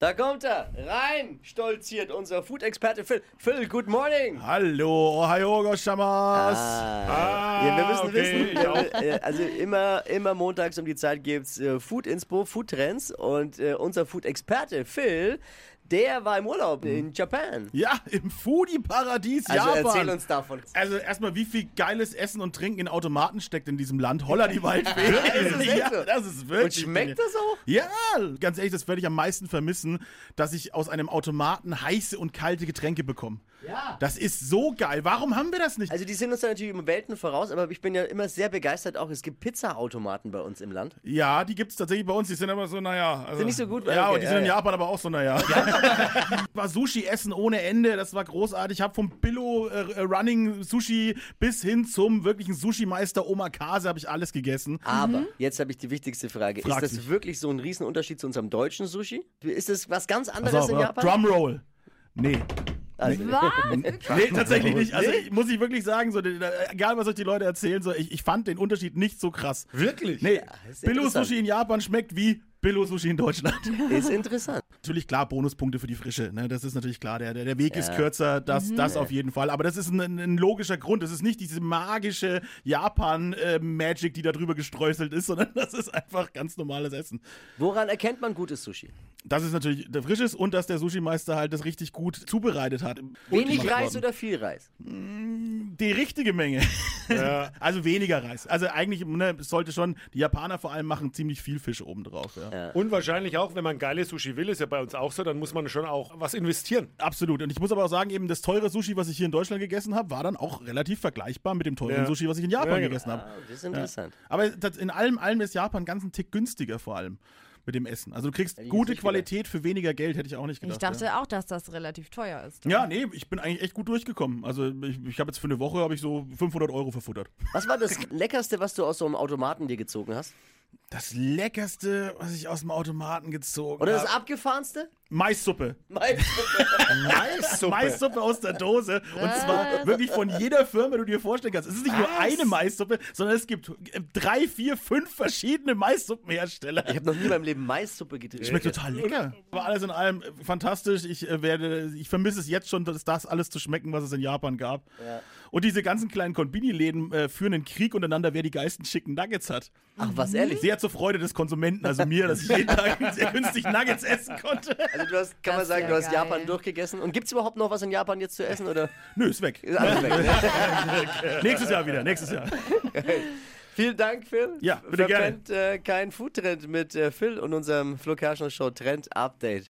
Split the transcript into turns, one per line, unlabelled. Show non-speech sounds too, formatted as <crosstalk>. Da kommt er, rein, stolziert unser Food-Experte Phil. Phil, good morning.
Hallo, Ohio Goshamas.
Ah, ja, wir müssen
okay,
wissen,
ja.
äh, äh, also immer, immer montags um die Zeit gibt's äh, Food Inspo, Food Trends und äh, unser Food-Experte Phil, der war im Urlaub in Japan.
Ja, im Foodie-Paradies
Mhm. Also
Japan.
erzähl uns davon.
Also erstmal, wie viel geiles Essen und Trinken in Automaten steckt in diesem Land. Holla
<laughs>
die Waldfee.
Ist das echt so?
ja, das ist
Und
wirklich.
schmeckt das auch?
Ja, ganz ehrlich, das werde ich am meisten vermissen, dass ich aus einem Automaten heiße und kalte Getränke bekomme.
Ja.
Das ist so geil. Warum haben wir das nicht?
Also die sind uns da natürlich im Welten voraus, aber ich bin ja immer sehr begeistert auch, es gibt Pizza-Automaten bei uns im Land.
ja, die gibt es tatsächlich bei uns. Die sind aber so, naja. Also,
Sind nicht so gut,
Ja,
okay,
und die
ja,
sind in
ja.
Japan aber auch so, naja. <laughs> war Sushi essen ohne Ende. Das war großartig. Ich habe vom Billo äh, Running Sushi bis hin zum wirklichen Sushi-Meister Omakase habe ich alles gegessen.
Aber
Mhm.
jetzt habe ich die wichtigste Frage. ist
Frag
das
mich.
wirklich so ein Riesenunterschied zu unserem deutschen Sushi? Ist das was ganz anderes
Pass auf,
in
ja.
Japan?
Drumroll. Nee.
Also, <laughs>
Nee, tatsächlich nicht. Also ich, muss ich wirklich sagen, so, da- egal was euch die Leute erzählen, so, ich, ich fand den Unterschied nicht so krass.
Wirklich?
Nee,
ist
Billo
interessant.
Sushi in Japan schmeckt wie Billo Sushi in Deutschland.
ist interessant.
natürlich klar, Bonuspunkte für die Frische. Ne? Das ist natürlich klar. Der, der, der Weg ist kürzer,
Mhm.
das, das auf jeden Fall. Aber das ist ein, ein logischer Grund. Das ist nicht diese magische Japan-Magic, die da drüber gestreuselt ist, <laughs> sondern das ist einfach ganz normales Essen.
Woran erkennt man gutes Sushi?
Das ist natürlich der Frisch ist und dass der Sushi-Meister halt das richtig gut zubereitet hat.
Wenig
Ultimacht
Reis
worden.
oder viel Reis?
Die
<laughs>
richtige Menge. Also weniger Reis. Also eigentlich ne, sollte schon, die Japaner vor allem machen ziemlich viel Fisch obendrauf. Ja.
Und wahrscheinlich auch, wenn man geile Sushi will, ist ja bei uns auch so, dann muss man schon auch was investieren.
Absolut. Und ich muss aber auch sagen, eben das teure Sushi, was ich hier in Deutschland gegessen habe, war dann auch relativ vergleichbar mit dem teuren
Ja.
Sushi, was ich in Japan
Ja, genau.
gegessen habe.
Ah, das ist interessant.
Aber das- in allem, allem ist Japan ganz einen Tick günstiger vor allem mit dem Essen. Also du kriegst
ich
gute
nicht
Qualität für weniger Geld, hätte ich auch nicht gedacht.
Ich dachte auch, dass das relativ teuer ist.
ja. ja, nee, ich bin eigentlich echt gut durchgekommen. Also ich, ich habe jetzt für eine Woche habe ich so 500 Euro verfuttert.
Was war <laughs> das Leckerste, was du aus so einem Automaten dir gezogen hast?
Das leckerste, was ich aus dem Automaten gezogen
Oder das
habe.
abgefahrenste?
Maissuppe.
Mein
Maissuppe.
Maissuppe aus der Dose. Und zwar wirklich von jeder Firma, die du dir vorstellen kannst. Es ist nicht nur eine Maissuppe, sondern es gibt äh, drei, vier, fünf verschiedene Maissuppenhersteller.
ich habe noch nie in meinem Leben Maissuppe getrunken.
Schmeckt total lecker. Aber alles in allem äh, fantastisch. Ich äh, werde, ich vermisse es jetzt schon, dass das alles zu schmecken, was es in Japan gab. Und diese ganzen kleinen Konbini-Läden äh, führen einen Krieg untereinander, wer die geilsten schicken Nuggets hat.
Ach, was ehrlich?
Sehr zur Freude des Konsumenten, also mir, dass ich jeden Tag <laughs> sehr günstig Nuggets essen konnte.
Also du hast, kann man
Das ist
sagen,
ja
du hast
geil.
Japan durchgegessen. Und gibt's überhaupt noch was in Japan jetzt zu essen? <laughs> Oder?
Nö, ist weg.
Ist alles weg, ne?
Nächstes Jahr wieder, nächstes Jahr.
Vielen Dank, Phil.
Ja, bitte gerne.
Verpennt, äh, kein Foodtrend mit äh, Phil und unserem Flo Kerschner Show Trend Update.